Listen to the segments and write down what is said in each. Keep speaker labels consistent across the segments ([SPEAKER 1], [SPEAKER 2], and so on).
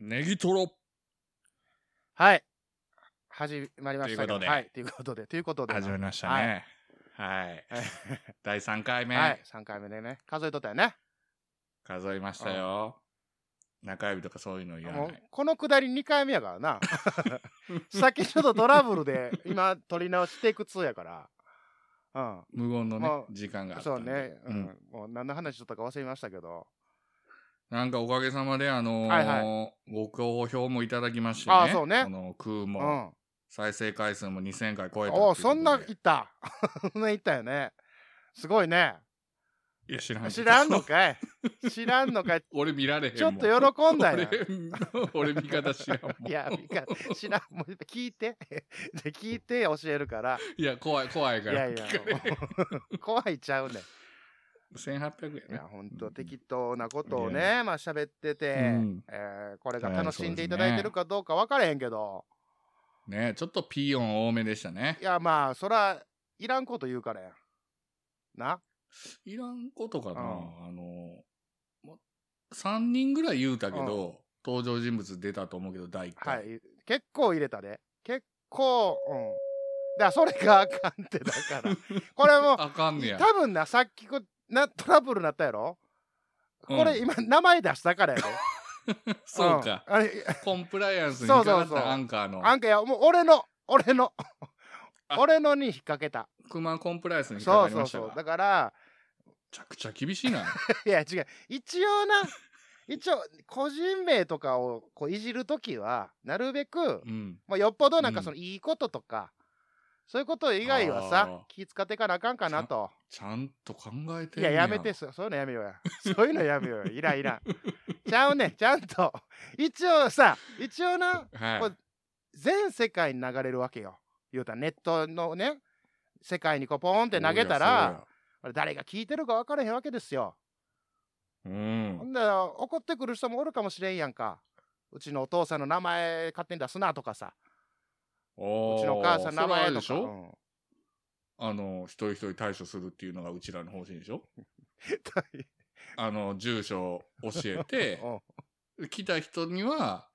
[SPEAKER 1] ネギトロ
[SPEAKER 2] はい。始まりましたけど
[SPEAKER 1] ということで
[SPEAKER 2] はい。ということで、ということで。
[SPEAKER 1] 始まりましたね。はい。
[SPEAKER 2] はい。
[SPEAKER 1] 第3回目、
[SPEAKER 2] はい。3回目でね。数えとったよね。
[SPEAKER 1] 数えましたよ。中指とかそういうの言わ
[SPEAKER 2] も
[SPEAKER 1] な
[SPEAKER 2] う
[SPEAKER 1] い。
[SPEAKER 2] このくだり2回目やか らな。 さっきちょっとトラブルで、今、取り直していく通やから。
[SPEAKER 1] 無言のね
[SPEAKER 2] も、う
[SPEAKER 1] 時間
[SPEAKER 2] う
[SPEAKER 1] があ
[SPEAKER 2] ん。
[SPEAKER 1] った
[SPEAKER 2] そうん
[SPEAKER 1] で
[SPEAKER 2] ね。う
[SPEAKER 1] うん
[SPEAKER 2] ん。もう何の話しとったか忘れましたけど。
[SPEAKER 1] なんかおかげさまで、あのー
[SPEAKER 2] はいは
[SPEAKER 1] ご好評もいただきまして、ね、
[SPEAKER 2] あーそうね
[SPEAKER 1] この空
[SPEAKER 2] う
[SPEAKER 1] も、
[SPEAKER 2] ん。
[SPEAKER 1] 再生回数も2000回超えたっていう
[SPEAKER 2] お
[SPEAKER 1] こ
[SPEAKER 2] お、
[SPEAKER 1] とで
[SPEAKER 2] そんな、いった。 そんないったよね。すごいね。
[SPEAKER 1] いや、知らん。
[SPEAKER 2] 知らんのかい。知らんのかい。
[SPEAKER 1] 俺見られへんもん。
[SPEAKER 2] ちょっと喜んだよ。
[SPEAKER 1] 俺、俺見方知らんもん。
[SPEAKER 2] いや、見か知らん、もう聞いて、 で聞いて教えるから。
[SPEAKER 1] いや怖い、怖い
[SPEAKER 2] い
[SPEAKER 1] か
[SPEAKER 2] や
[SPEAKER 1] ら。
[SPEAKER 2] いや
[SPEAKER 1] 聞 かれへん、
[SPEAKER 2] 怖いちゃう ね
[SPEAKER 1] 1800
[SPEAKER 2] ん。い
[SPEAKER 1] 円
[SPEAKER 2] や、
[SPEAKER 1] ね。
[SPEAKER 2] ほんと適当なことを
[SPEAKER 1] いや
[SPEAKER 2] ね、まあ喋ってて、
[SPEAKER 1] うん
[SPEAKER 2] えーこれが
[SPEAKER 1] はい
[SPEAKER 2] 楽しんでい
[SPEAKER 1] そ
[SPEAKER 2] た
[SPEAKER 1] う
[SPEAKER 2] だ
[SPEAKER 1] ですね
[SPEAKER 2] いてるかどうか分からへんけど、
[SPEAKER 1] ねちょっとピーヨン多めでしたね
[SPEAKER 2] い。や、まあ、そら、いらんこと言うからやん。な、
[SPEAKER 1] いらんことかな、
[SPEAKER 2] うん
[SPEAKER 1] あの、ま、3人ぐらい言うたけど、登場人物出たと思うけど、第1
[SPEAKER 2] は
[SPEAKER 1] 回。
[SPEAKER 2] い、結構入れたで。結構、うん。だからそれがあかんって、だから。これも
[SPEAKER 1] あかんねや。
[SPEAKER 2] 多分なさっきこなトラブルなったやろ
[SPEAKER 1] うん
[SPEAKER 2] これ今名前出したからやろ
[SPEAKER 1] そうか。
[SPEAKER 2] んあれ
[SPEAKER 1] コンプライアンスに
[SPEAKER 2] そ
[SPEAKER 1] か
[SPEAKER 2] うそうそう
[SPEAKER 1] かったアンカーの。
[SPEAKER 2] あんかやもう俺の俺の
[SPEAKER 1] あ
[SPEAKER 2] 俺のに引っ掛けた
[SPEAKER 1] クマコンプライアンスにか
[SPEAKER 2] そ
[SPEAKER 1] か
[SPEAKER 2] う
[SPEAKER 1] り
[SPEAKER 2] そ
[SPEAKER 1] ま
[SPEAKER 2] う
[SPEAKER 1] した
[SPEAKER 2] そ
[SPEAKER 1] が
[SPEAKER 2] うだから
[SPEAKER 1] めちゃくちゃ厳しい な。
[SPEAKER 2] いや違う一応な一応個人名とかをこういじるときはなるべく、
[SPEAKER 1] うん。
[SPEAKER 2] まあ、よっぽどなんか
[SPEAKER 1] うん
[SPEAKER 2] そのいいこととか、そういうこと以外はさ
[SPEAKER 1] あー
[SPEAKER 2] 気使ってかなあかんかなと
[SPEAKER 1] ちゃんと考えて
[SPEAKER 2] い
[SPEAKER 1] んね
[SPEAKER 2] ややめてそそういうのやめよ うやそういうのやめようやいらんいらんちゃうねんちゃんと一応さ一応なこ
[SPEAKER 1] は
[SPEAKER 2] う全世界に流れるわけよ言うたらネットのね世界にこうポーンっ
[SPEAKER 1] い。
[SPEAKER 2] て投げたらこれ誰が聞いてるか分からへんわけですよ
[SPEAKER 1] そうや。う
[SPEAKER 2] ほ
[SPEAKER 1] ん。
[SPEAKER 2] んだら怒ってくる人もおるかもしれんやんかうちのお父さんの名前勝手に出すなとかさ
[SPEAKER 1] おー
[SPEAKER 2] うちのお母さん
[SPEAKER 1] それ
[SPEAKER 2] の名
[SPEAKER 1] はあ
[SPEAKER 2] 前
[SPEAKER 1] れ
[SPEAKER 2] と
[SPEAKER 1] でし
[SPEAKER 2] か、
[SPEAKER 1] ょ、
[SPEAKER 2] うん
[SPEAKER 1] あの、一人一人対処するっていうのがうちらの方針でしょ あの、住所教え て、
[SPEAKER 2] うん
[SPEAKER 1] 来た人には、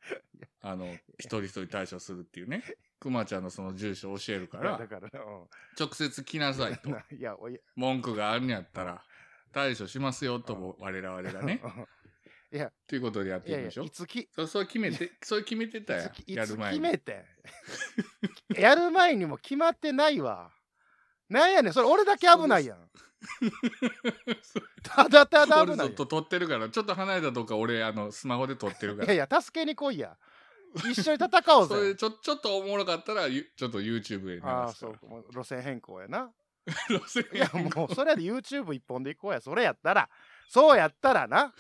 [SPEAKER 1] あの、一人一人対処するっていうね。くまちゃんのその住所教えるか
[SPEAKER 2] だ
[SPEAKER 1] ら、
[SPEAKER 2] から、う
[SPEAKER 1] 直接来なさい と
[SPEAKER 2] ん。いやおい
[SPEAKER 1] 文句があるんやったら、対処しますよとも、我々が ね。ということでやって
[SPEAKER 2] い
[SPEAKER 1] い
[SPEAKER 2] や
[SPEAKER 1] く
[SPEAKER 2] いや
[SPEAKER 1] で
[SPEAKER 2] い
[SPEAKER 1] しょ
[SPEAKER 2] つき
[SPEAKER 1] そそう決めて、そう決めてたや
[SPEAKER 2] いつ
[SPEAKER 1] ん。やる前に。
[SPEAKER 2] 決めて やる前にも決まってないわなんやねんそれ俺だけ危ないやん ただただ
[SPEAKER 1] 俺
[SPEAKER 2] 危
[SPEAKER 1] ず
[SPEAKER 2] ない
[SPEAKER 1] っと撮ってるから、ちょっと離れたとこ俺、あの、スマホで撮ってるか
[SPEAKER 2] いや
[SPEAKER 1] ら。
[SPEAKER 2] いや助けに来いや一緒に戦おう
[SPEAKER 1] それで
[SPEAKER 2] ぜ
[SPEAKER 1] ちょ、ちょっとおもろかったら、ゆちょっと YouTube で流すから。
[SPEAKER 2] あ あそうもう路線変更やな
[SPEAKER 1] 路線
[SPEAKER 2] いやもうそれやで YouTube 一本でいこうやそれやったらそうやったらな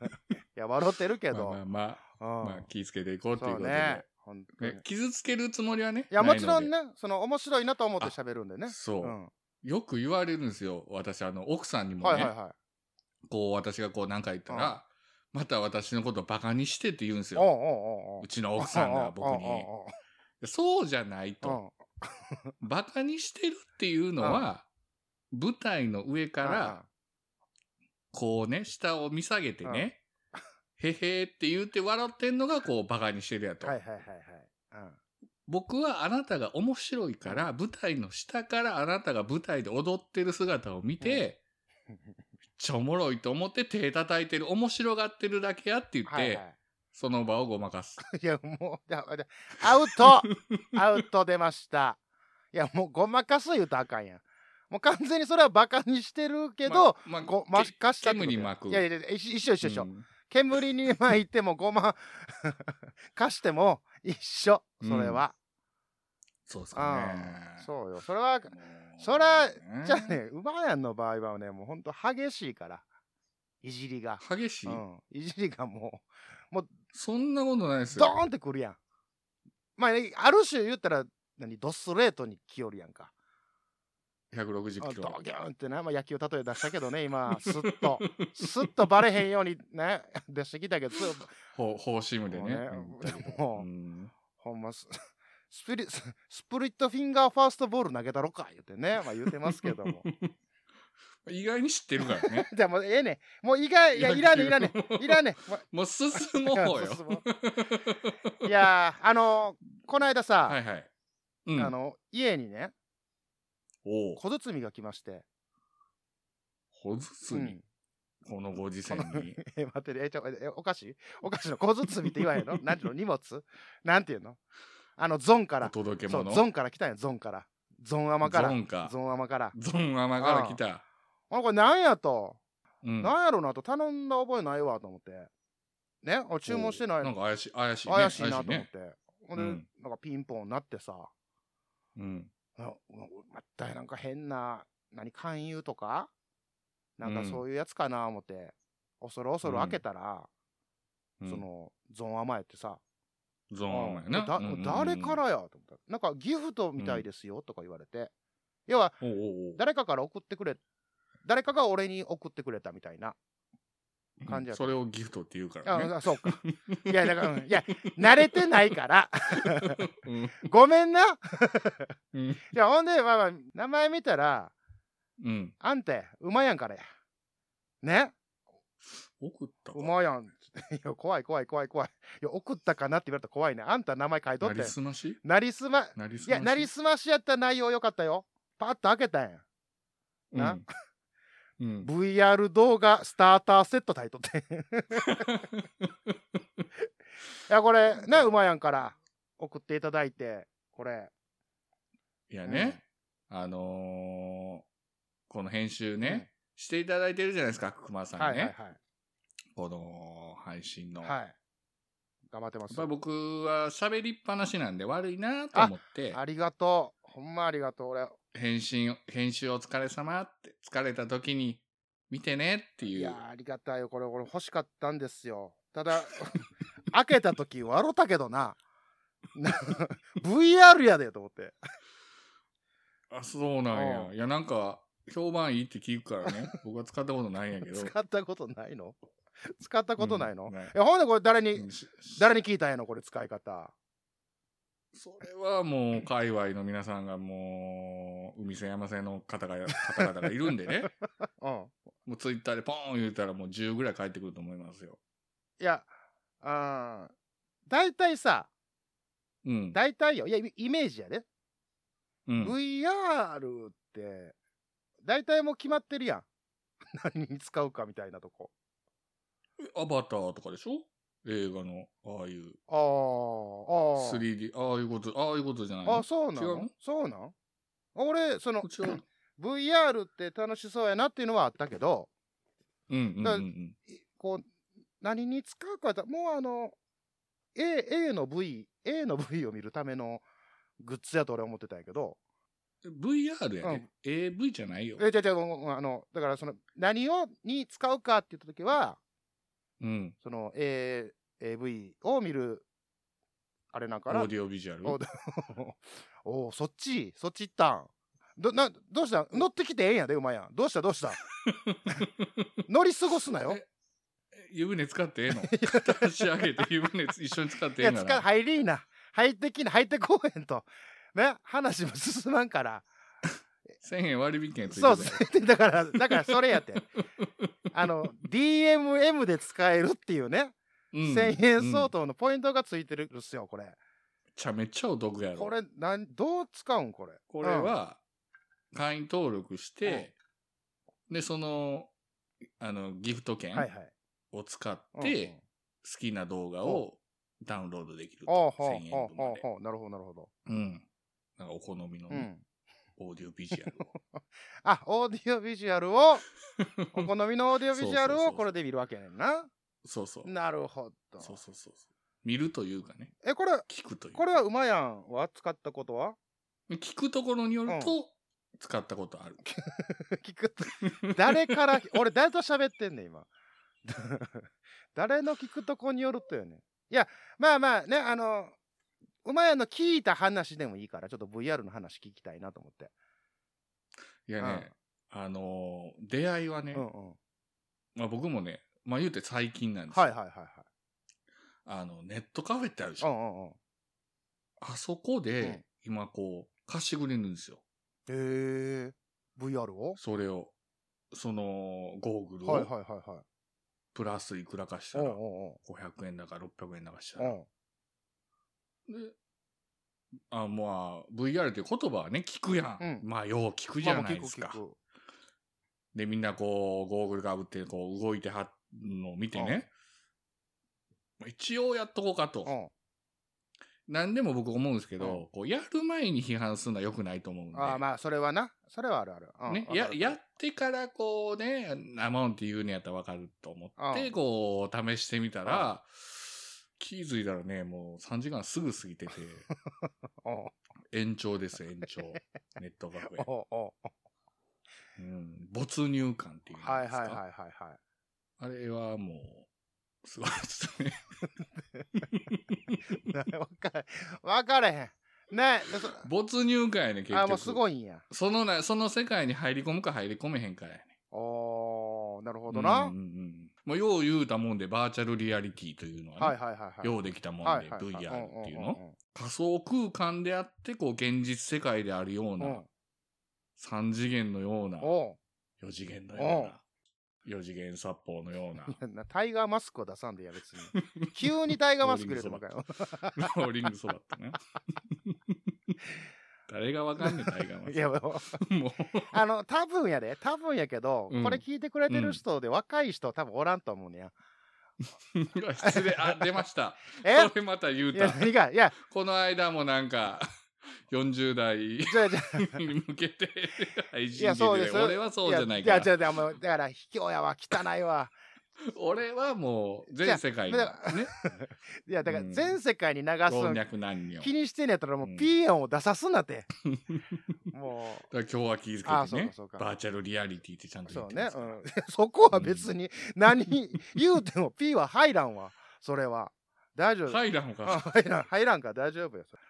[SPEAKER 2] いや笑ってるけ
[SPEAKER 1] ま
[SPEAKER 2] ど、
[SPEAKER 1] あまあまあ、
[SPEAKER 2] うん
[SPEAKER 1] まあ、気ぃつけていこうっていう
[SPEAKER 2] そう
[SPEAKER 1] ことで。
[SPEAKER 2] ね本当に
[SPEAKER 1] ね傷つけるつもりはね。
[SPEAKER 2] いやもちろ
[SPEAKER 1] なんい
[SPEAKER 2] ねその面白いなと思って喋るんで
[SPEAKER 1] の
[SPEAKER 2] ね
[SPEAKER 1] で。そう、
[SPEAKER 2] うん
[SPEAKER 1] よく言われるんですよ。私、あの、奥さんにも
[SPEAKER 2] は
[SPEAKER 1] ね、
[SPEAKER 2] いはいは
[SPEAKER 1] こう、私がこう何か言ったら、また私のことバカにしてって言うんです
[SPEAKER 2] いおうお
[SPEAKER 1] よ。
[SPEAKER 2] うおうおう
[SPEAKER 1] うちの奥さんが僕
[SPEAKER 2] おうおう
[SPEAKER 1] に。そうじゃない
[SPEAKER 2] おうおうおう
[SPEAKER 1] と。バカにしてるっていうのは、舞台の上か
[SPEAKER 2] うん
[SPEAKER 1] ら、こうね、下を見下げてね、へへーって言うて笑ってんのが、こう、バカにしてるやと。
[SPEAKER 2] はいはいはいはい。
[SPEAKER 1] 僕はあなたが面白いから、舞台の下からあなたが舞台で踊ってる姿を見て、
[SPEAKER 2] うん
[SPEAKER 1] めっちゃおもろいと思って手叩いてる、面白がってるだけやって言って、
[SPEAKER 2] はいはい
[SPEAKER 1] その場をごまかす。
[SPEAKER 2] いやもういやでアウ トアウト出ましたいやもうごまかす言うたらあかんやんもう完全にそれはバカにしてるけど、
[SPEAKER 1] まあまあ
[SPEAKER 2] ごまかしたってこと
[SPEAKER 1] 煙に
[SPEAKER 2] や
[SPEAKER 1] 巻く。
[SPEAKER 2] いやいやいや一緒一緒一緒一緒、
[SPEAKER 1] うん
[SPEAKER 2] 煙に巻いてもごま かしても一緒それは、
[SPEAKER 1] そうです
[SPEAKER 2] う
[SPEAKER 1] か
[SPEAKER 2] ん
[SPEAKER 1] ね。
[SPEAKER 2] そうよそれ
[SPEAKER 1] も
[SPEAKER 2] は
[SPEAKER 1] う
[SPEAKER 2] そら
[SPEAKER 1] ね
[SPEAKER 2] じゃあね馬やんの場合はねもうほんと激しいからいじりが、
[SPEAKER 1] 激しい、
[SPEAKER 2] うん、いじりがもう
[SPEAKER 1] そんなことないです
[SPEAKER 2] ド
[SPEAKER 1] よ。
[SPEAKER 2] ーンってくるやん。まあ、ね、ある種言ったら、何、ドストレートに来よるやんか。あ
[SPEAKER 1] 160
[SPEAKER 2] ド
[SPEAKER 1] キロ。
[SPEAKER 2] ギューンってな、まあ、野球例え出したけどね、今、すっ と、すっとバレへんようにね、出してきたけど、
[SPEAKER 1] ほうフォーシームでね。
[SPEAKER 2] もう
[SPEAKER 1] う
[SPEAKER 2] ね
[SPEAKER 1] ん
[SPEAKER 2] もう
[SPEAKER 1] うん
[SPEAKER 2] ほんま、ススピリ、ス スプリットフィンガーファーストボール投げたろか、言ってね、まあ言うてますけども。
[SPEAKER 1] 意外に知ってるからね
[SPEAKER 2] じゃあもうええねんもういがいやいらねんいらねんいら ねんもう
[SPEAKER 1] もう進 もうよ
[SPEAKER 2] 進もういやーあのーこの間さ、
[SPEAKER 1] はいはい、うん、
[SPEAKER 2] あの家にね
[SPEAKER 1] おう
[SPEAKER 2] 小包が来まして、
[SPEAKER 1] ほずつ
[SPEAKER 2] う
[SPEAKER 1] に、
[SPEAKER 2] ん
[SPEAKER 1] このご時世に
[SPEAKER 2] え待ってねえちょえお菓子お菓子の小包って言わへ んの何ていうの荷物なんていうの あのゾンか
[SPEAKER 1] お
[SPEAKER 2] ら
[SPEAKER 1] 届け
[SPEAKER 2] そう
[SPEAKER 1] 物
[SPEAKER 2] ゾンから来たんやゾンからゾンアマから
[SPEAKER 1] ゾンか
[SPEAKER 2] ゾンアマから
[SPEAKER 1] ゾンアマから来た、
[SPEAKER 2] あこれなんやと、
[SPEAKER 1] うん、
[SPEAKER 2] なんやろなと頼んだ覚えないわと思ってねあ注文してない
[SPEAKER 1] なん
[SPEAKER 2] の
[SPEAKER 1] か怪しい怪しい、ね、
[SPEAKER 2] 怪しいなと思っ
[SPEAKER 1] ね
[SPEAKER 2] て、ほんで、
[SPEAKER 1] うん
[SPEAKER 2] なんかピンポンなってさ
[SPEAKER 1] うん
[SPEAKER 2] ななまったいなんか変な何勧誘とかなんかそういうやつかな思って、恐る恐る開けたら、
[SPEAKER 1] うん
[SPEAKER 2] そのゾンアマやってさ
[SPEAKER 1] ゾンアマや
[SPEAKER 2] あ
[SPEAKER 1] な、
[SPEAKER 2] だ
[SPEAKER 1] うんうんうん
[SPEAKER 2] 誰からやと思ったなんかギフトみたいですよとか言われて、要は
[SPEAKER 1] おうおうおう
[SPEAKER 2] 誰かから送ってくれ誰かが俺に送ってくれたみたいな、
[SPEAKER 1] うん
[SPEAKER 2] 感じやった
[SPEAKER 1] それをギフトって言うからね
[SPEAKER 2] ああそうかいやだからうんいや慣れてないから
[SPEAKER 1] うん
[SPEAKER 2] ごめんない
[SPEAKER 1] うん
[SPEAKER 2] やほんで、まあまあ、名前見たら
[SPEAKER 1] うん
[SPEAKER 2] あんて馬やんからやね
[SPEAKER 1] 送ったか
[SPEAKER 2] 馬やん いや怖い怖い怖い怖いいや送ったかなって言われたら怖いねあんた名前書いとっ
[SPEAKER 1] な
[SPEAKER 2] て
[SPEAKER 1] りすまし
[SPEAKER 2] なりすま
[SPEAKER 1] なりすまし
[SPEAKER 2] いや、なりすましやった内容良かったよ。パッと開けたんや。な
[SPEAKER 1] うんうん
[SPEAKER 2] VR 動画スターターセットタイトって。いや、これ、な、うまやんから送っていただいて、これ。
[SPEAKER 1] いやね、あのーこの編集ね、
[SPEAKER 2] うん
[SPEAKER 1] していただいてるじゃないですか、熊さんね。
[SPEAKER 2] はいはいはい。
[SPEAKER 1] この配信の。やっ
[SPEAKER 2] はい。頑張ってます
[SPEAKER 1] ぱり。僕は喋りっぱなしなんで悪いなと思って、
[SPEAKER 2] ありがとう。ほんまありがとう、俺。
[SPEAKER 1] 編集、編集お疲れ様って、疲れた時に見てねって
[SPEAKER 2] い
[SPEAKER 1] いう。
[SPEAKER 2] や、ありがたいよ。これ、俺欲しかったんですよ。ただ、 開けた時笑ったけどな。な VR やでと思って。
[SPEAKER 1] あ、そうなん
[SPEAKER 2] う
[SPEAKER 1] や。いや、なんか、評判いいって聞くから ね。僕は使ったことないんやけど。
[SPEAKER 2] 使ったことないの使ったことないの、
[SPEAKER 1] うんない
[SPEAKER 2] いやほんでこれ誰に、
[SPEAKER 1] うんし
[SPEAKER 2] 誰に聞いたんやのこれ使い方
[SPEAKER 1] それはもう、界隈の皆さんがもう、海瀬山瀬の方が、方々がいるんで ね。
[SPEAKER 2] うん
[SPEAKER 1] もうツイッターでポーン言うたらもう10ぐらい返ってくると思いますよ。
[SPEAKER 2] いやあー大体さ
[SPEAKER 1] うん。
[SPEAKER 2] 大体よいやイイメージやで、
[SPEAKER 1] うん、
[SPEAKER 2] VR って大体もう決まってるやん 何に使うかみたいなとこ
[SPEAKER 1] アバターとかでしょ映画の、ああいう、
[SPEAKER 2] あーあー
[SPEAKER 1] 3D、ああいうこと、ああいうことじゃないの
[SPEAKER 2] あそうな
[SPEAKER 1] 違う
[SPEAKER 2] の
[SPEAKER 1] の
[SPEAKER 2] そうなん俺その
[SPEAKER 1] こっちは
[SPEAKER 2] VR って楽しそうやなっていうのはあったけど、
[SPEAKER 1] うんうんうんうん。
[SPEAKER 2] いこう、何に使うかだ、もうあの、A、A の V、A の V を見るためのグッズやと俺は思ってたんやけど、
[SPEAKER 1] VR や
[SPEAKER 2] う
[SPEAKER 1] ね
[SPEAKER 2] ん。
[SPEAKER 1] AV じゃないよ。
[SPEAKER 2] え、じゃじゃあの、だからその、何を、に使うかって言った時は、
[SPEAKER 1] うん。
[SPEAKER 2] その、A、AV を見る、あれなん
[SPEAKER 1] オ
[SPEAKER 2] かな。
[SPEAKER 1] ーディオビジュアル。
[SPEAKER 2] お おうそっち、そっち行ったん。ど、な、どうしたん乗ってきてええんやで、馬やん。どうしたどうした 乗り過ごすなよ。
[SPEAKER 1] え湯船使ってええ の片足上げて湯船つ一緒に使って
[SPEAKER 2] い
[SPEAKER 1] ええ
[SPEAKER 2] や、
[SPEAKER 1] ん
[SPEAKER 2] つ
[SPEAKER 1] か
[SPEAKER 2] か、
[SPEAKER 1] な
[SPEAKER 2] 入りいな。入ってきな、入ってこうへんと。ね、話も進まんから。
[SPEAKER 1] 1000円割引券ついて
[SPEAKER 2] そう、
[SPEAKER 1] たよ
[SPEAKER 2] だから、だからそれやって。 あの、DMM で使えるっていうね、
[SPEAKER 1] うん
[SPEAKER 2] 1000円相
[SPEAKER 1] 当。
[SPEAKER 2] 当のポイントがついてるっすよ、これ。
[SPEAKER 1] めちゃめちゃお得やろ。
[SPEAKER 2] これ、なん、どう使うん、これ。
[SPEAKER 1] これは、会員登録して、で、その、あの、ギフト
[SPEAKER 2] う
[SPEAKER 1] 券
[SPEAKER 2] ん、はいはい。
[SPEAKER 1] を使っ
[SPEAKER 2] うんうん
[SPEAKER 1] て、好きな動画をダウンロードできる
[SPEAKER 2] おう
[SPEAKER 1] と。
[SPEAKER 2] ほう
[SPEAKER 1] 1000円
[SPEAKER 2] ほう
[SPEAKER 1] 分
[SPEAKER 2] ほ
[SPEAKER 1] ま
[SPEAKER 2] う
[SPEAKER 1] で。
[SPEAKER 2] ほうなるほど、なるほど。
[SPEAKER 1] うん。なんかお好みの
[SPEAKER 2] う
[SPEAKER 1] ね
[SPEAKER 2] ん。
[SPEAKER 1] オーディオビジュアル を。
[SPEAKER 2] あ、オーディオビジュアル を、お好みのオーディオビジュア
[SPEAKER 1] そ
[SPEAKER 2] ル
[SPEAKER 1] うそうそう
[SPEAKER 2] を
[SPEAKER 1] そう
[SPEAKER 2] これで見るわけやねんな。
[SPEAKER 1] そうそう。
[SPEAKER 2] なるほど。
[SPEAKER 1] そうそうそう。見るというかね、
[SPEAKER 2] え、これ、
[SPEAKER 1] 聞くというか
[SPEAKER 2] これは馬やんは使ったことは
[SPEAKER 1] 聞くところによると、使ったことある。
[SPEAKER 2] 聞く と誰から俺誰と喋ってんねん今 誰の聞くとこによるとよねいやまあまあねあの馬屋の聞いた話でもいいからちょっと VR の話聞きたいなと思って、
[SPEAKER 1] いやね、あのー出会いはね、
[SPEAKER 2] うんうん
[SPEAKER 1] まあ僕もね、まあ言うて最近なんですよ。
[SPEAKER 2] はいはいはいはい
[SPEAKER 1] あの、ネットカフェってあるでし
[SPEAKER 2] う
[SPEAKER 1] ょ。
[SPEAKER 2] んうんうん
[SPEAKER 1] あそこ
[SPEAKER 2] うん
[SPEAKER 1] で、今こう、貸してくれるんですよ。
[SPEAKER 2] へえ VR を
[SPEAKER 1] それを。そのゴーグル
[SPEAKER 2] はいはい
[SPEAKER 1] を
[SPEAKER 2] はいはい。
[SPEAKER 1] プラスいくらかした
[SPEAKER 2] うんう
[SPEAKER 1] ら
[SPEAKER 2] んうん
[SPEAKER 1] 500円だか600円だかした
[SPEAKER 2] う
[SPEAKER 1] ら。
[SPEAKER 2] ん。
[SPEAKER 1] であまあ VR っていう言葉はね聞くやん、
[SPEAKER 2] う
[SPEAKER 1] まあよう聞くじ
[SPEAKER 2] まあ
[SPEAKER 1] ゃ
[SPEAKER 2] まあ
[SPEAKER 1] ない
[SPEAKER 2] 聞
[SPEAKER 1] で
[SPEAKER 2] く
[SPEAKER 1] すか、
[SPEAKER 2] 聞く。
[SPEAKER 1] でみんなこうゴーグルかぶってこう動いてはるのを見てね、まあ一応やっとこうかと、
[SPEAKER 2] うん。
[SPEAKER 1] 何でも僕思うんですけど、
[SPEAKER 2] うん
[SPEAKER 1] こうやる前に批判するのは良くないと思うんで
[SPEAKER 2] ああまあそれはな。それはあるある。うん
[SPEAKER 1] ね、
[SPEAKER 2] わか
[SPEAKER 1] や
[SPEAKER 2] る
[SPEAKER 1] やってからこうね生音って言うのやったら分かると思って
[SPEAKER 2] うん
[SPEAKER 1] こう試してみたら気づいたらねもう3時間すぐ過ぎてて
[SPEAKER 2] うん
[SPEAKER 1] 延長です延 長ネットカフェ、
[SPEAKER 2] おうおう
[SPEAKER 1] うん、没入感っていうんですか、
[SPEAKER 2] はいはいはいはいはい。
[SPEAKER 1] あれはもうすごいですね
[SPEAKER 2] わかれ、わかれへん。ねえそ
[SPEAKER 1] 没入感やね結局
[SPEAKER 2] あ、もうすごいんや。
[SPEAKER 1] そのなその世界に入り込むか入り込めへんかやね
[SPEAKER 2] おー、なるほ
[SPEAKER 1] ほ
[SPEAKER 2] どな。
[SPEAKER 1] うんうんうんまあ、よう言うたもんでバーチャルリアリティというのはね、
[SPEAKER 2] はいはいはいはい。
[SPEAKER 1] ようできたもん
[SPEAKER 2] はい
[SPEAKER 1] で
[SPEAKER 2] はいはい
[SPEAKER 1] VR っていうの、
[SPEAKER 2] んんん
[SPEAKER 1] 仮想空間であってこう現実世界であるよう
[SPEAKER 2] う
[SPEAKER 1] な、
[SPEAKER 2] ん
[SPEAKER 1] 3次元のような
[SPEAKER 2] おう
[SPEAKER 1] 4次元のような4次元殺法のような
[SPEAKER 2] なタイガーマスクを出さんでや別 に。急にタイガーマスク入れてもかよ。
[SPEAKER 1] ローリングそば ってね誰がわかんねえ大河
[SPEAKER 2] いや、もう
[SPEAKER 1] も
[SPEAKER 2] あの、多分やで、多分やけど、
[SPEAKER 1] うん
[SPEAKER 2] これ聞いてくれてる人で若い人多分おらんと思うねや。
[SPEAKER 1] う失礼あ出ました
[SPEAKER 2] え
[SPEAKER 1] それまた言う
[SPEAKER 2] いや、
[SPEAKER 1] た
[SPEAKER 2] 何が、いや、
[SPEAKER 1] この間もなんか40代
[SPEAKER 2] じゃあじゃあ
[SPEAKER 1] に向けて配
[SPEAKER 2] いや
[SPEAKER 1] 信
[SPEAKER 2] そう
[SPEAKER 1] で
[SPEAKER 2] です
[SPEAKER 1] 俺は そうじゃない
[SPEAKER 2] や
[SPEAKER 1] か
[SPEAKER 2] やじゃ
[SPEAKER 1] ら
[SPEAKER 2] あじゃあもうだから卑怯やわ汚いわ
[SPEAKER 1] 俺はもう全世界に
[SPEAKER 2] じ
[SPEAKER 1] ね
[SPEAKER 2] ゃいやだから
[SPEAKER 1] うん
[SPEAKER 2] 全世界に流
[SPEAKER 1] 老
[SPEAKER 2] す
[SPEAKER 1] 若男女
[SPEAKER 2] 気にしてんやったらもう
[SPEAKER 1] うん
[SPEAKER 2] ピーヨンを出さす なって、も
[SPEAKER 1] だから今日は気づ
[SPEAKER 2] あ
[SPEAKER 1] け
[SPEAKER 2] そ
[SPEAKER 1] て
[SPEAKER 2] う
[SPEAKER 1] ね
[SPEAKER 2] かそうか
[SPEAKER 1] バーチャルリアリティってちゃん
[SPEAKER 2] う
[SPEAKER 1] と言っ
[SPEAKER 2] そ
[SPEAKER 1] て
[SPEAKER 2] う
[SPEAKER 1] ま
[SPEAKER 2] ね
[SPEAKER 1] す、、
[SPEAKER 2] うん、 そこは別に何言うて もピーは入らんわそれは大丈夫、
[SPEAKER 1] 入らんの
[SPEAKER 2] あ
[SPEAKER 1] か、
[SPEAKER 2] 入らん入らんから大丈夫よそれ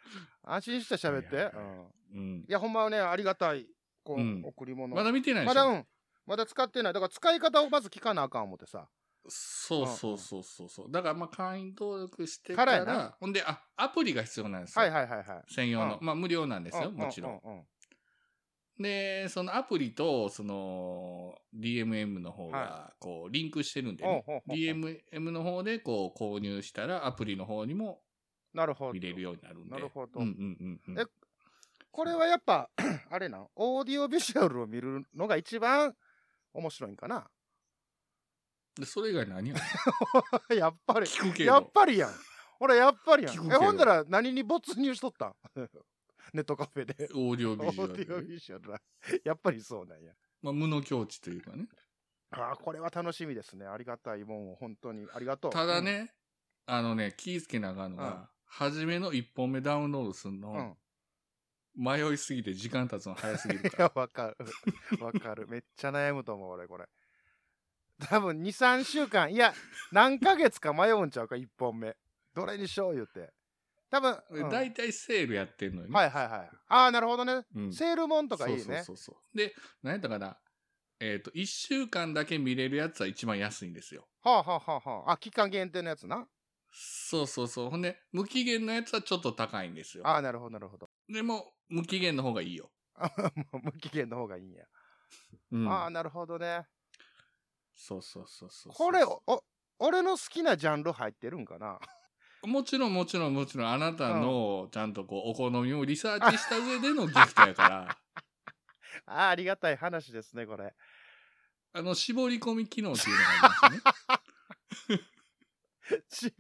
[SPEAKER 2] 安心して喋って、
[SPEAKER 1] はい
[SPEAKER 2] い
[SPEAKER 1] はいはい
[SPEAKER 2] うん、
[SPEAKER 1] うん
[SPEAKER 2] い、やほんまねありがたいこ
[SPEAKER 1] う
[SPEAKER 2] う、
[SPEAKER 1] ん
[SPEAKER 2] 贈り物
[SPEAKER 1] まだ見てないで
[SPEAKER 2] ま
[SPEAKER 1] し
[SPEAKER 2] だ
[SPEAKER 1] ょ、
[SPEAKER 2] うんまだ使ってないだから使い方をまず聞かなあかん思ってさ
[SPEAKER 1] そうそうそうそうそうだからまあ会員登録してか
[SPEAKER 2] か
[SPEAKER 1] ら
[SPEAKER 2] や
[SPEAKER 1] ら
[SPEAKER 2] な
[SPEAKER 1] ほんであアプリが必要なんですよ、
[SPEAKER 2] はいはいはいはい
[SPEAKER 1] 専用の、
[SPEAKER 2] う
[SPEAKER 1] まあ無料なんですよ、
[SPEAKER 2] うう
[SPEAKER 1] もちろん、
[SPEAKER 2] うう
[SPEAKER 1] でそのアプリとその DMM の方
[SPEAKER 2] は
[SPEAKER 1] がこうリンクしてるんで、
[SPEAKER 2] ほう
[SPEAKER 1] ね
[SPEAKER 2] ほうほうほう
[SPEAKER 1] DMM の方でこう購入したらアプリの方にも
[SPEAKER 2] なるほど
[SPEAKER 1] 見れるようになるんで
[SPEAKER 2] なるほど
[SPEAKER 1] うんうんうんうん
[SPEAKER 2] えこれはやっぱ あれなんオーディオビジュアルを見るのが一番面白いんかな
[SPEAKER 1] でそれ以外何や
[SPEAKER 2] やっぱり
[SPEAKER 1] 聞くけど
[SPEAKER 2] やっぱりやん俺やっぱりやん
[SPEAKER 1] 聞くけ
[SPEAKER 2] え
[SPEAKER 1] ど
[SPEAKER 2] ほんなら何に没入しとったん ネットカフェで
[SPEAKER 1] オーディオ
[SPEAKER 2] オ
[SPEAKER 1] ビジュア
[SPEAKER 2] ー
[SPEAKER 1] ル
[SPEAKER 2] デ
[SPEAKER 1] で
[SPEAKER 2] ィオビジュアルはやっぱりそうなんや
[SPEAKER 1] まあ、無の境地というかね。
[SPEAKER 2] ああこれは楽しみですねありがたいもんを本当にありがとう
[SPEAKER 1] ただ、ね、あのね、気ぃつけなあかんのが、
[SPEAKER 2] うん
[SPEAKER 1] 初めの1本目ダウンロードするの、
[SPEAKER 2] うんうん
[SPEAKER 1] 迷いすぎて時間経つの早すぎる
[SPEAKER 2] い
[SPEAKER 1] から。
[SPEAKER 2] やわかる わかるめっちゃ悩むと思う俺これ多分23週間いや何ヶ月か迷うんちゃうか1本目どれにしよう言うて多分、 うん
[SPEAKER 1] 大体セールやってんのよね。
[SPEAKER 2] はいはいはい。ああ、なるほどね。
[SPEAKER 1] うん
[SPEAKER 2] セールもんとかいいね
[SPEAKER 1] そ。うそうそうそう。で、何やったかな。えっ、と、1週間だけ見れるやつは一番安いんですよ。
[SPEAKER 2] はあはあはあはあ。あ、期間限定のやつな。
[SPEAKER 1] そうそうそう。ほんで、無期限のやつはちょっと高いんですよ。
[SPEAKER 2] ああ、なるほどなるほど。
[SPEAKER 1] でも、無期限の方がいいよ。
[SPEAKER 2] あもう無期限の方がいいんや。
[SPEAKER 1] うん
[SPEAKER 2] ああ、なるほどね。
[SPEAKER 1] そうそうそうそう。
[SPEAKER 2] これ、お、お俺の好きなジャンル入ってるんかな。
[SPEAKER 1] もちろんもちろんもちろんあなたのちゃんとこうお好みをリサーチした上でのギフトや から、
[SPEAKER 2] ああ、ありがたい話ですね、これ。
[SPEAKER 1] あの絞り込み機能っていうのがありますね。
[SPEAKER 2] 千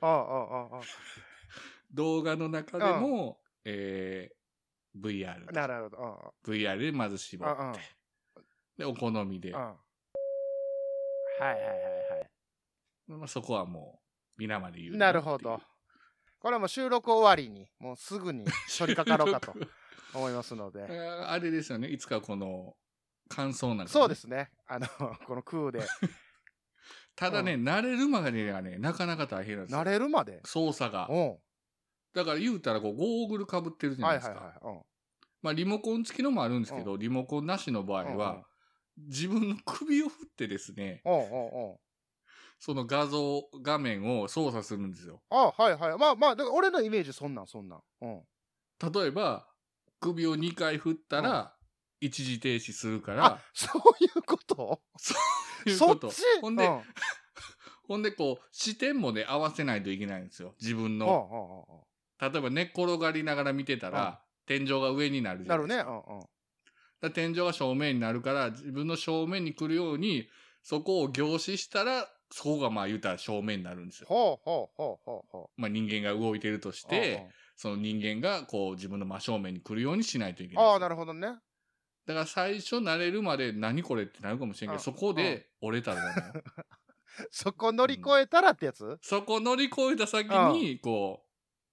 [SPEAKER 2] 葉。ああ、ああ、あ
[SPEAKER 1] 動画の中でも、えー、VR
[SPEAKER 2] あ。
[SPEAKER 1] で
[SPEAKER 2] なるほど。あ
[SPEAKER 1] VR でまず絞って、
[SPEAKER 2] うんうん
[SPEAKER 1] でお好みで、
[SPEAKER 2] あ、ああ。
[SPEAKER 1] ま
[SPEAKER 2] はいはいはいはい。
[SPEAKER 1] あ、そこはもう皆まで言う
[SPEAKER 2] なるほど。これはもう収録終わりに、もうすぐに 取り掛かろうかと思いますので
[SPEAKER 1] あ。ー あれですよねいつかこの感想なんかね、
[SPEAKER 2] そうですね。あの、 この 空で。
[SPEAKER 1] ただね、
[SPEAKER 2] う
[SPEAKER 1] 慣れるまでにはねなかなか大変なんですよ
[SPEAKER 2] 慣れるまで。
[SPEAKER 1] 操作が
[SPEAKER 2] うん。
[SPEAKER 1] だから言うたらこうゴーグルかぶってるじゃな
[SPEAKER 2] はいい
[SPEAKER 1] です
[SPEAKER 2] は
[SPEAKER 1] か、
[SPEAKER 2] いはい。うん
[SPEAKER 1] まあ、リモコン付きのもあるんですけど、リモコンなしの場合
[SPEAKER 2] うんうん
[SPEAKER 1] は、自分の首を振ってですね、
[SPEAKER 2] おうおうおう
[SPEAKER 1] その画像、画面を操作するんですよ。
[SPEAKER 2] あはいはい。まあまあ、だから俺のイメージそんなんそんなん。うん。
[SPEAKER 1] 例えば、首を2回振ったら、一時停止するか
[SPEAKER 2] あ
[SPEAKER 1] ら、
[SPEAKER 2] そういうこと
[SPEAKER 1] いう
[SPEAKER 2] そ
[SPEAKER 1] こ
[SPEAKER 2] っ
[SPEAKER 1] と
[SPEAKER 2] ち
[SPEAKER 1] ほんで、
[SPEAKER 2] うんは
[SPEAKER 1] ほんでこう、視点もね、合わせないといけないんですよ。自分
[SPEAKER 2] あ
[SPEAKER 1] の。
[SPEAKER 2] はあはあは
[SPEAKER 1] 例えば寝っ転がりながら見てたら、天井が上になる
[SPEAKER 2] あ
[SPEAKER 1] じゃ
[SPEAKER 2] なんるね。うんうん
[SPEAKER 1] だから天井が正面になるから、自分の正面に来るように、そこを凝視したら、そこがまあ言うたら正面になるんですよ。
[SPEAKER 2] ほうほうほうほうほ
[SPEAKER 1] まあ人間が動いてるとし
[SPEAKER 2] う。
[SPEAKER 1] て、その人間がこう自分の真正面に来るようにしないといけ
[SPEAKER 2] うんう、
[SPEAKER 1] なんいんです
[SPEAKER 2] あ
[SPEAKER 1] よ。
[SPEAKER 2] あ、なるほどね。
[SPEAKER 1] だから最初慣れるまで何これってなるかもしれんけ
[SPEAKER 2] うん
[SPEAKER 1] ど、そこで折れたらダメよ。
[SPEAKER 2] そこ乗り越えたらってやつ
[SPEAKER 1] そこ乗り越えた先に、こ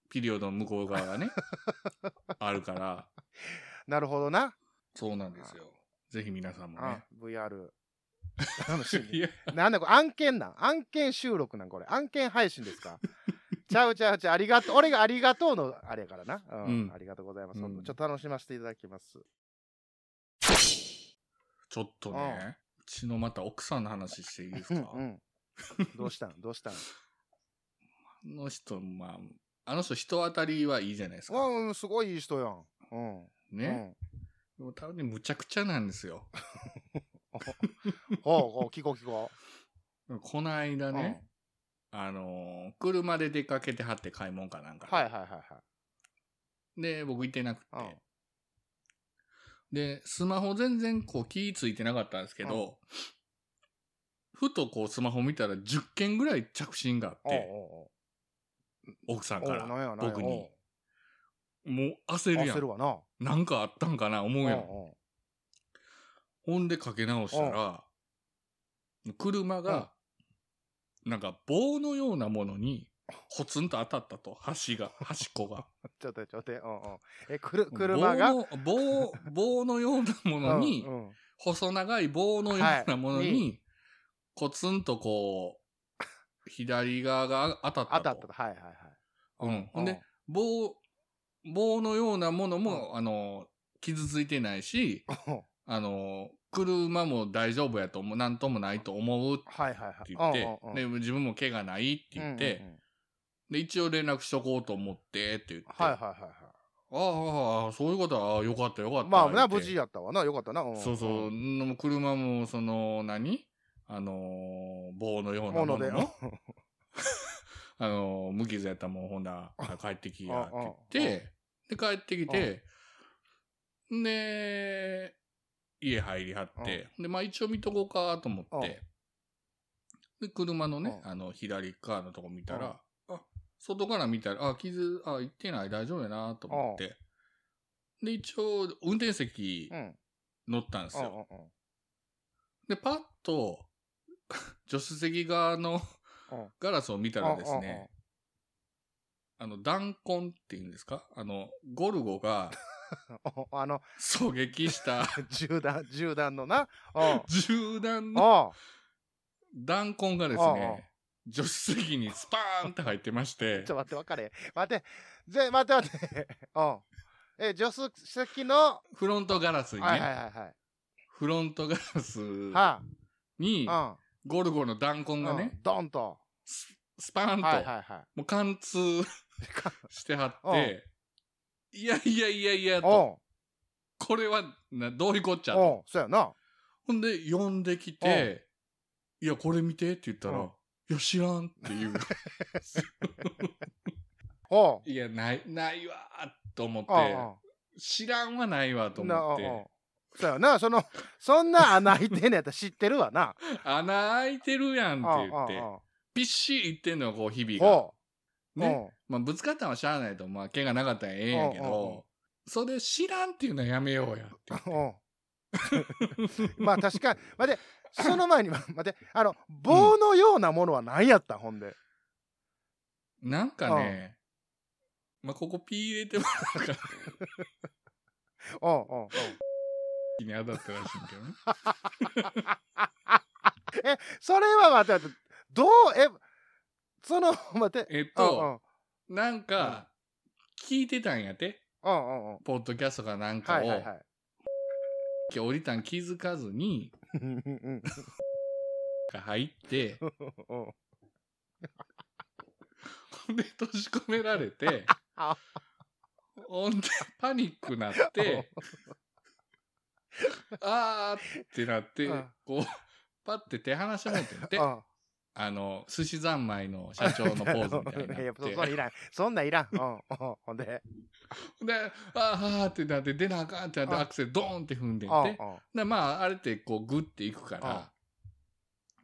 [SPEAKER 1] う、ピリオドの向こう側 がね、あるから、
[SPEAKER 2] なるほどな。
[SPEAKER 1] そうなんですよ。ぜひ皆さんも
[SPEAKER 2] あ
[SPEAKER 1] ね。
[SPEAKER 2] VR。楽し
[SPEAKER 1] い
[SPEAKER 2] み。
[SPEAKER 1] や、
[SPEAKER 2] なんだこれ、案件なん案件収録なんこれ。案件配信で すかちゃうちゃうちゃう、ありがとう。俺がありがとうのあれやからな。うん。
[SPEAKER 1] うん
[SPEAKER 2] ありがとうございます、
[SPEAKER 1] うん
[SPEAKER 2] 本当ちょっと楽しませていただきます。
[SPEAKER 1] ちょっとね、うちのまた奥さんの話していいです
[SPEAKER 2] う
[SPEAKER 1] か
[SPEAKER 2] ん、うん。どうしたんどうしたん
[SPEAKER 1] あの人、まあ、あの人人当たりはいいじゃないです
[SPEAKER 2] う
[SPEAKER 1] か。
[SPEAKER 2] んうん、すごいいい人やん。うん。
[SPEAKER 1] ね。でも多分ね、むちゃくちゃなんですよ。
[SPEAKER 2] うん。ほうほう、聞こう聞こ
[SPEAKER 1] この間
[SPEAKER 2] う。
[SPEAKER 1] ね、あのー車で出かけてはって買い物かなん
[SPEAKER 2] う
[SPEAKER 1] か
[SPEAKER 2] ん。
[SPEAKER 1] で。
[SPEAKER 2] はいはいはいはい。
[SPEAKER 1] で、僕行ってなくて。
[SPEAKER 2] うん
[SPEAKER 1] で、スマホ全然こう気ぃついてなかったんですけど、ふとこうスマホ見たら10件ぐらい着信があっ
[SPEAKER 2] おう
[SPEAKER 1] て、
[SPEAKER 2] おう
[SPEAKER 1] 奥さん
[SPEAKER 2] おう。
[SPEAKER 1] か
[SPEAKER 2] おうなんや
[SPEAKER 1] ら
[SPEAKER 2] なんや
[SPEAKER 1] 僕に。
[SPEAKER 2] お
[SPEAKER 1] もう焦
[SPEAKER 2] う
[SPEAKER 1] るや
[SPEAKER 2] 焦る
[SPEAKER 1] ん。
[SPEAKER 2] わな。
[SPEAKER 1] なんかあったんかな思うやん。
[SPEAKER 2] おうおう
[SPEAKER 1] ほんでかけ直したら、車が、なんか棒のようなものに、ほつんと当たったと、端が、端っこが。
[SPEAKER 2] ちょっとちょっと待って、うんうん。え、くる車が
[SPEAKER 1] 棒の棒、棒のようなものに、
[SPEAKER 2] うんうん
[SPEAKER 1] 細長い棒のようなもの
[SPEAKER 2] はいに
[SPEAKER 1] に、コツンとこう、左側が当たった
[SPEAKER 2] 当
[SPEAKER 1] と。
[SPEAKER 2] たったと。はいはいはい。
[SPEAKER 1] うん。ほん
[SPEAKER 2] う
[SPEAKER 1] で、棒、棒のようなものも、
[SPEAKER 2] う
[SPEAKER 1] あの、傷ついてないし、
[SPEAKER 2] うん
[SPEAKER 1] あの、車も大丈夫やと思う、なんともないと思うっ
[SPEAKER 2] はいはいはい。
[SPEAKER 1] て言って
[SPEAKER 2] うんうんう、ん
[SPEAKER 1] で、自分も怪我ないって言って
[SPEAKER 2] うんう、んうん
[SPEAKER 1] で、一応連絡しとこうと思って、って言って、
[SPEAKER 2] はい
[SPEAKER 1] あ
[SPEAKER 2] はいはいは
[SPEAKER 1] あああ、そういうことは、ああよかったよかっ
[SPEAKER 2] い。
[SPEAKER 1] た。
[SPEAKER 2] まあな、
[SPEAKER 1] 言う
[SPEAKER 2] 無
[SPEAKER 1] て
[SPEAKER 2] 事やったわな。よかったな。ん
[SPEAKER 1] そうそう。
[SPEAKER 2] ん
[SPEAKER 1] でも車も、その、何あのー棒のような
[SPEAKER 2] も
[SPEAKER 1] も
[SPEAKER 2] の
[SPEAKER 1] の
[SPEAKER 2] で。
[SPEAKER 1] の、 あのー無傷やったもん、ほんなら、帰ってきや、って言って、で、帰ってきて、で、家入りはって、で、まあ一応見とこうかと思って、で、車のね、
[SPEAKER 2] うん
[SPEAKER 1] あの、左側のとこ見たら、あ、外から見たら、あ、傷、あ、行ってない、大丈夫やなと思って、で、一応、運転席
[SPEAKER 2] うん。うん
[SPEAKER 1] 乗ったんですよ。
[SPEAKER 2] うんうん
[SPEAKER 1] で、パッと、 助手席側の
[SPEAKER 2] うん
[SPEAKER 1] ガラスを見たらです
[SPEAKER 2] うんうんうん
[SPEAKER 1] ね、あの、弾痕っていうんですかあの、ゴルゴ が
[SPEAKER 2] おあの、
[SPEAKER 1] 狙撃 した
[SPEAKER 2] 銃 弾、銃弾のな。うん。
[SPEAKER 1] 銃弾の
[SPEAKER 2] あ
[SPEAKER 1] 弾痕がです
[SPEAKER 2] うんうん
[SPEAKER 1] ね、助手席にスパーンって入ってまし
[SPEAKER 2] ちょ
[SPEAKER 1] て
[SPEAKER 2] っ、と待って、別れ。待って、ぜ、待って待って。 うん。え、助手席の、
[SPEAKER 1] フロントガラスに
[SPEAKER 2] はいはい
[SPEAKER 1] ね、
[SPEAKER 2] はいはい。
[SPEAKER 1] フロントガラス
[SPEAKER 2] は
[SPEAKER 1] に
[SPEAKER 2] あ、
[SPEAKER 1] ゴルゴの弾
[SPEAKER 2] う
[SPEAKER 1] 痕
[SPEAKER 2] ん。
[SPEAKER 1] が
[SPEAKER 2] う
[SPEAKER 1] ね
[SPEAKER 2] ん、ドンと。
[SPEAKER 1] ススパーンと、
[SPEAKER 2] はいはいはい。
[SPEAKER 1] もう貫通 してはって、いやいやいやいやと、
[SPEAKER 2] お
[SPEAKER 1] これはなどういうこっちゃ
[SPEAKER 2] う
[SPEAKER 1] と。
[SPEAKER 2] おうそうやな。
[SPEAKER 1] ほんで、呼んできて、いや、これ見てって言った
[SPEAKER 2] うん
[SPEAKER 1] ら、いや、知らんっていう。
[SPEAKER 2] おう
[SPEAKER 1] いや、ない、ないわーと思っ
[SPEAKER 2] うん
[SPEAKER 1] て、知らんはないわと
[SPEAKER 2] うんな
[SPEAKER 1] 思っ
[SPEAKER 2] うんうん
[SPEAKER 1] て、
[SPEAKER 2] そうやな、その、そんな穴開いてんのやったら知ってるわな。
[SPEAKER 1] 穴開いてるやんって言って
[SPEAKER 2] うんう、んうん
[SPEAKER 1] ピッシー言ってんのよ、こう、日々が。
[SPEAKER 2] ほう。
[SPEAKER 1] ね。まあ、ぶつかったのはしゃあないと、まあ、怪我なかったらええんやけ
[SPEAKER 2] うんうんうん
[SPEAKER 1] ど、それ知らんっていうのはやめようやって言っ
[SPEAKER 2] う
[SPEAKER 1] て。
[SPEAKER 2] ん。 うん。まあ確かに。待って、その前に、ま 待って、あの、棒のようなものは何やったんほんで。
[SPEAKER 1] なんかね、まあ、ここピー入れてもらうから、
[SPEAKER 2] うんうんうん。
[SPEAKER 1] 気に当たったらしいんだけどね。
[SPEAKER 2] それは待って待って、どう、え、その、 待って、
[SPEAKER 1] えっ
[SPEAKER 2] うんう
[SPEAKER 1] と、
[SPEAKER 2] ん。
[SPEAKER 1] なんか、聞いてたんやて。
[SPEAKER 2] うんうんうん。
[SPEAKER 1] ポッドキャストかなんか
[SPEAKER 2] はい
[SPEAKER 1] を、
[SPEAKER 2] はい はい。
[SPEAKER 1] 降りたん気づかずに、
[SPEAKER 2] うんうん
[SPEAKER 1] 入って、
[SPEAKER 2] うんうん
[SPEAKER 1] ほんで閉じ込められて
[SPEAKER 2] あ、
[SPEAKER 1] ほんでパニックなって、 あーってなって
[SPEAKER 2] うん、
[SPEAKER 1] こう、パッて手離してもうてんて、
[SPEAKER 2] うん
[SPEAKER 1] あの、寿司三昧の社長のポーズみたいにな
[SPEAKER 2] いや
[SPEAKER 1] っ
[SPEAKER 2] そ
[SPEAKER 1] て
[SPEAKER 2] そ。れいらんそんなんいらん、うんうん、ほんで、
[SPEAKER 1] で、あーはーってなって、出なあかんってなって、
[SPEAKER 2] うん
[SPEAKER 1] アクセルドーンって踏んで
[SPEAKER 2] うんんうん
[SPEAKER 1] て。で、まあ、あれってこう、グッていくから、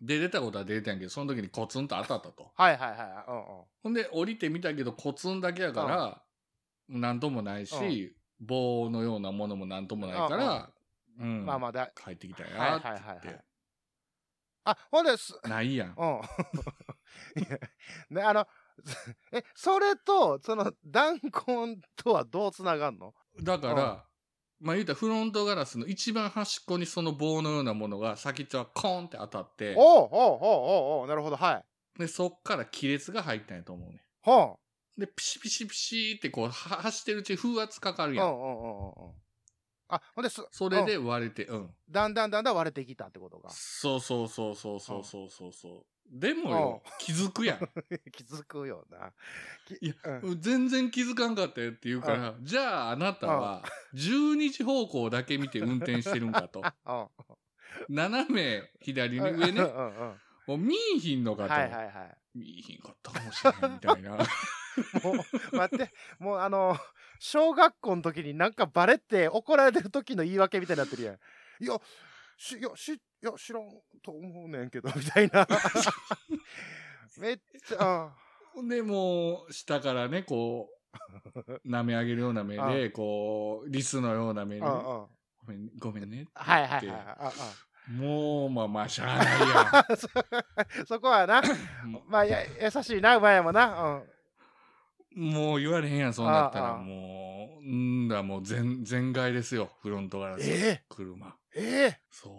[SPEAKER 1] で、出たことは出てんやけど、その時にコツンと当たったと。
[SPEAKER 2] はいはいはい、うんうん
[SPEAKER 1] ほんで、降りてみたけど、コツンだけやから、なんともないし、棒のようなものもなんともないから、うん。
[SPEAKER 2] まあまあだ
[SPEAKER 1] 帰ってきたんやー
[SPEAKER 2] はいはいはい
[SPEAKER 1] っ
[SPEAKER 2] は
[SPEAKER 1] て
[SPEAKER 2] い
[SPEAKER 1] 言って、
[SPEAKER 2] あほんです
[SPEAKER 1] ないやん。
[SPEAKER 2] うん いやねあの えそれとその弾痕とはどうつながんの
[SPEAKER 1] だから、まあ言うたらフロントガラスの一番端っこにその棒のようなものが先っちょはコーンって当たって、
[SPEAKER 2] おうおうおうおうおうなるほどはい
[SPEAKER 1] で、そっから亀裂が入ったんやと思うね。
[SPEAKER 2] ほ
[SPEAKER 1] で、ピシピシピシってこう、は走ってるうちに風圧かかる
[SPEAKER 2] う
[SPEAKER 1] や。
[SPEAKER 2] うんんうんうんうんうんあほんです
[SPEAKER 1] それで割れて、うん。
[SPEAKER 2] だんだんだんだん割れてきたってことが
[SPEAKER 1] そうそうそうそうそうそうそうそう。でもよ、気づくやん。
[SPEAKER 2] 気づくよな。き
[SPEAKER 1] いや
[SPEAKER 2] うん
[SPEAKER 1] 全然気づかんかったよって言うから、じゃああなたは12時方向だけ見て運転してるんか と。
[SPEAKER 2] うん
[SPEAKER 1] 斜め左に上
[SPEAKER 2] うんう
[SPEAKER 1] ね
[SPEAKER 2] ん。うん
[SPEAKER 1] もう見えひんのかと。
[SPEAKER 2] はいはいは
[SPEAKER 1] 見えひんかったかもしれないみたい な。
[SPEAKER 2] い。もう待って、もうあの、小学校の時になんかバレて怒られてる時の言い訳みたいになってるやん。いや、し、いや、し、いや、知らんと思うねんけど、みたいな。 めっちゃ、
[SPEAKER 1] ほんで、もう、下からね、こう、舐め上げるような目
[SPEAKER 2] あ
[SPEAKER 1] で、こう、リスのような目
[SPEAKER 2] うん、
[SPEAKER 1] で
[SPEAKER 2] う
[SPEAKER 1] ね、
[SPEAKER 2] ん、うん。
[SPEAKER 1] ごめん、ごめんね。
[SPEAKER 2] はいはいはい
[SPEAKER 1] 言
[SPEAKER 2] は
[SPEAKER 1] っ
[SPEAKER 2] い
[SPEAKER 1] て
[SPEAKER 2] あ。
[SPEAKER 1] もう、まあまあ、しゃあない
[SPEAKER 2] あ そそこはな、
[SPEAKER 1] や ん。も
[SPEAKER 2] まあ、や優しいな、うまいもんな。
[SPEAKER 1] うもう言われへんやん、そんなった
[SPEAKER 2] あ
[SPEAKER 1] ら。
[SPEAKER 2] あ
[SPEAKER 1] もう、んだ、もう全、全外ですよ、フロントガ
[SPEAKER 2] う
[SPEAKER 1] ラ
[SPEAKER 2] ん、
[SPEAKER 1] ス。
[SPEAKER 2] え
[SPEAKER 1] 車。
[SPEAKER 2] ええ
[SPEAKER 1] そ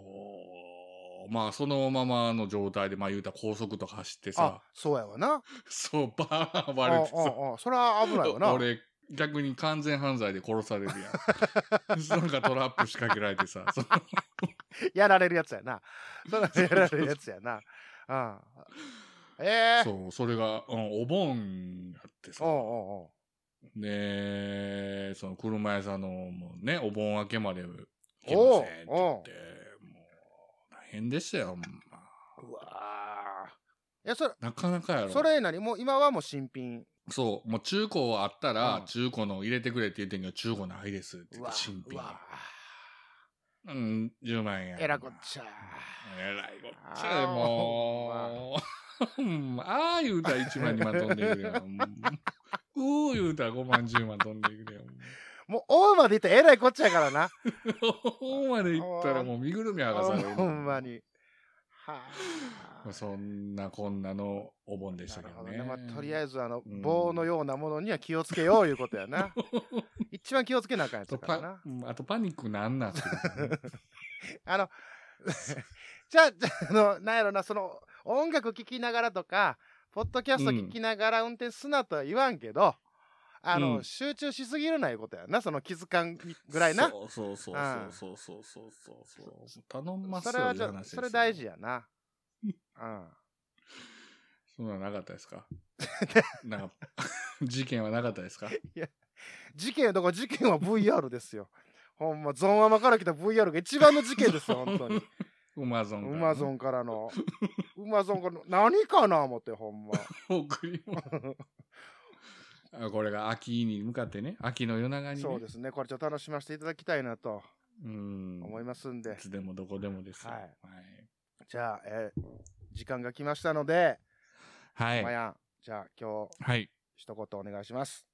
[SPEAKER 1] う。まあ、そのままの状態で、まあ言うたら高速とか走って
[SPEAKER 2] えあ
[SPEAKER 1] さ、、
[SPEAKER 2] そうやわな。
[SPEAKER 1] そう、バーン
[SPEAKER 2] あ
[SPEAKER 1] 割れてさ、
[SPEAKER 2] あ、あそれは危ないわな。
[SPEAKER 1] 俺逆に完全犯罪で殺されるや んなんかトラップ仕掛けられてさその
[SPEAKER 2] やられるやつやな。そらやられるやつやな。うん。ええー。
[SPEAKER 1] そうそれが、うん、お盆やってさ
[SPEAKER 2] おうおうおう
[SPEAKER 1] でその車屋さんのもうねお盆明けまで来ませんって
[SPEAKER 2] おう
[SPEAKER 1] 言
[SPEAKER 2] お
[SPEAKER 1] っ
[SPEAKER 2] う
[SPEAKER 1] てもう大変でしたよ、ほんま
[SPEAKER 2] うわーいや、それ、
[SPEAKER 1] なかなかやろ
[SPEAKER 2] それなにもう今はもう新品。
[SPEAKER 1] そうもう中古あったら、
[SPEAKER 2] うん
[SPEAKER 1] 中古の入れてくれって言ってんけど中古ないですって言
[SPEAKER 2] う
[SPEAKER 1] っ
[SPEAKER 2] わ
[SPEAKER 1] て新
[SPEAKER 2] う
[SPEAKER 1] 品
[SPEAKER 2] わ
[SPEAKER 1] うん10万円
[SPEAKER 2] えらこっちゃ。
[SPEAKER 1] えらいこっち
[SPEAKER 2] あ
[SPEAKER 1] ゃ
[SPEAKER 2] ー
[SPEAKER 1] もう。うんああ言うたら1万2万飛んでいくやん。うんうー言うたら5万10万飛んでいくやん。
[SPEAKER 2] もう、おうまでいったらえらいこっちゃやからな。
[SPEAKER 1] ほんまで行ったらもう身ぐるみ剥がされる。
[SPEAKER 2] ほんまに。は
[SPEAKER 1] まあ
[SPEAKER 2] あ。
[SPEAKER 1] そんなこんなのお盆でしたけ
[SPEAKER 2] なる
[SPEAKER 1] ど
[SPEAKER 2] ほど
[SPEAKER 1] ね。
[SPEAKER 2] ね。まあ、とりあ
[SPEAKER 1] ず。
[SPEAKER 2] えず、あの、
[SPEAKER 1] うん
[SPEAKER 2] 棒のようなものには気をつけよういうことや な。一番気をつけなあかんやつ
[SPEAKER 1] と
[SPEAKER 2] やから
[SPEAKER 1] パ
[SPEAKER 2] な。
[SPEAKER 1] うんあとパニックなんなってことね
[SPEAKER 2] あの、 じゃあ、じゃあ、あの、なんやろな、その、音楽聴きながらとか、ポッドキャスト聴きながら運転すなとは言わんけど、あの、
[SPEAKER 1] うん
[SPEAKER 2] 集中しすぎるないうことやな、その気づかんぐらいな。
[SPEAKER 1] そうそうそうそうそうそうそうそう。頼んます
[SPEAKER 2] そ
[SPEAKER 1] よ
[SPEAKER 2] れはじゃ
[SPEAKER 1] いう話
[SPEAKER 2] あ、
[SPEAKER 1] ですよ
[SPEAKER 2] それ大事やな。うん。
[SPEAKER 1] そんなのなかったです かなんか、 事件はなかったですか
[SPEAKER 2] 事件、だから事件は VR ですよ。ほんま、ゾンアマから来た VR が一番の事件で すよ、本当に。
[SPEAKER 1] ウマゾン
[SPEAKER 2] ウ
[SPEAKER 1] からね
[SPEAKER 2] マゾンからの。ウマゾンからの、何かな思って、ほんま。
[SPEAKER 1] 贈り物 あこれが秋に向かってね秋の夜長に、ね、
[SPEAKER 2] そうですね、これちょっと楽しませていただきたいなと
[SPEAKER 1] うん
[SPEAKER 2] 思いますんで
[SPEAKER 1] い。つでもどこでもですよ
[SPEAKER 2] はい
[SPEAKER 1] い
[SPEAKER 2] じゃあ、えー時間が来ましたので、
[SPEAKER 1] はい、
[SPEAKER 2] まやん、じゃあ今日
[SPEAKER 1] はい
[SPEAKER 2] 一言お願いします。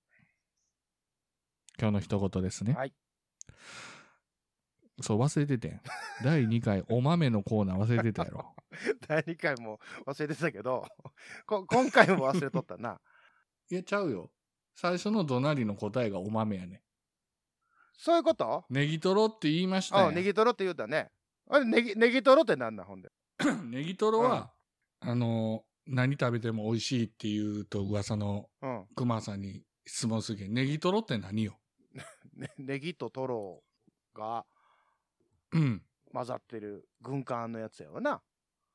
[SPEAKER 1] 今日の一言ですね
[SPEAKER 2] はい
[SPEAKER 1] そう忘れててん第2回お豆のコーナー忘れてたやろ
[SPEAKER 2] 第2回も忘れてたけど、こ今回も忘れとったな。
[SPEAKER 1] いやちゃうよ最初の怒鳴りの答えがお豆やね
[SPEAKER 2] そういうこと
[SPEAKER 1] ネギトロって言いました
[SPEAKER 2] あ
[SPEAKER 1] やん
[SPEAKER 2] ネギトロって言うたね。あれネギ、ネギトロってなんなんほんで。
[SPEAKER 1] ネギトロは、あの何食べても美味しいっていうと噂の
[SPEAKER 2] うん。
[SPEAKER 1] 熊さんに質問するけどネギトロって何よ
[SPEAKER 2] ねネギとトロが
[SPEAKER 1] うん
[SPEAKER 2] 混ざってる軍艦のやつやわな。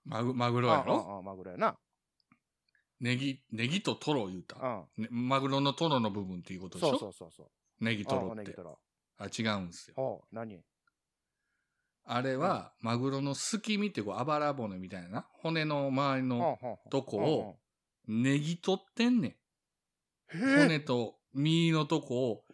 [SPEAKER 1] マグマグロやろ
[SPEAKER 2] あああマグロやな。
[SPEAKER 1] ネギ、ネギとトロ言う
[SPEAKER 2] う
[SPEAKER 1] た、
[SPEAKER 2] ん。
[SPEAKER 1] ねマグロのトロの部分っていうことでしょ
[SPEAKER 2] そうそうそうそう。
[SPEAKER 1] ネギト
[SPEAKER 2] う
[SPEAKER 1] ロ
[SPEAKER 2] ん
[SPEAKER 1] っ
[SPEAKER 2] ネギ
[SPEAKER 1] て
[SPEAKER 2] ト。ロ。
[SPEAKER 1] あ、違うんですよ。
[SPEAKER 2] おう何
[SPEAKER 1] あれは、マグロの隙間ってこう、あばら骨みたいな、骨の周り
[SPEAKER 2] ほ
[SPEAKER 1] の
[SPEAKER 2] んほんほん
[SPEAKER 1] とこを、ネギ取ってんねん。
[SPEAKER 2] うんうんへえ
[SPEAKER 1] 骨と身のとこを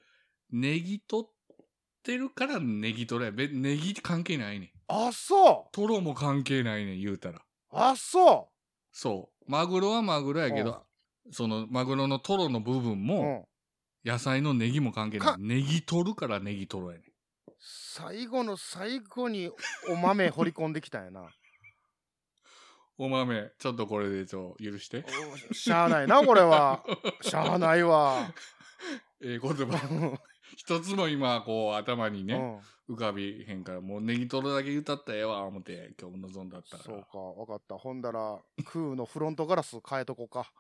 [SPEAKER 1] ネギ取ってるからネギ取れ。べネギ関係ないねん。
[SPEAKER 2] あそう
[SPEAKER 1] トロも関係ないねん、言うたら。
[SPEAKER 2] あそ
[SPEAKER 1] そう。マグロはマグロやけど、そのマグロのトロの部分
[SPEAKER 2] う、う
[SPEAKER 1] も、
[SPEAKER 2] ん、
[SPEAKER 1] 野菜のネギも関係ない
[SPEAKER 2] か。
[SPEAKER 1] ネギ取るからネギ取ろやねん。
[SPEAKER 2] 最後の最後にお豆掘り込んできたんやな
[SPEAKER 1] お豆、ちょっとこれでちょ、許して。
[SPEAKER 2] おしゃあないなこれはしゃあないわ
[SPEAKER 1] ええ言葉。 一つも今、こう、頭にね、
[SPEAKER 2] うん
[SPEAKER 1] 浮かびへんから、もうネギ取るだけ歌ったらええわ、思って、今日望んだったか
[SPEAKER 2] そ
[SPEAKER 1] ら
[SPEAKER 2] う。かわかったほんだら空のフロントガラス変えとこうか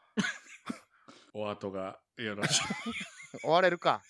[SPEAKER 1] お後がよろしい
[SPEAKER 2] 終われるか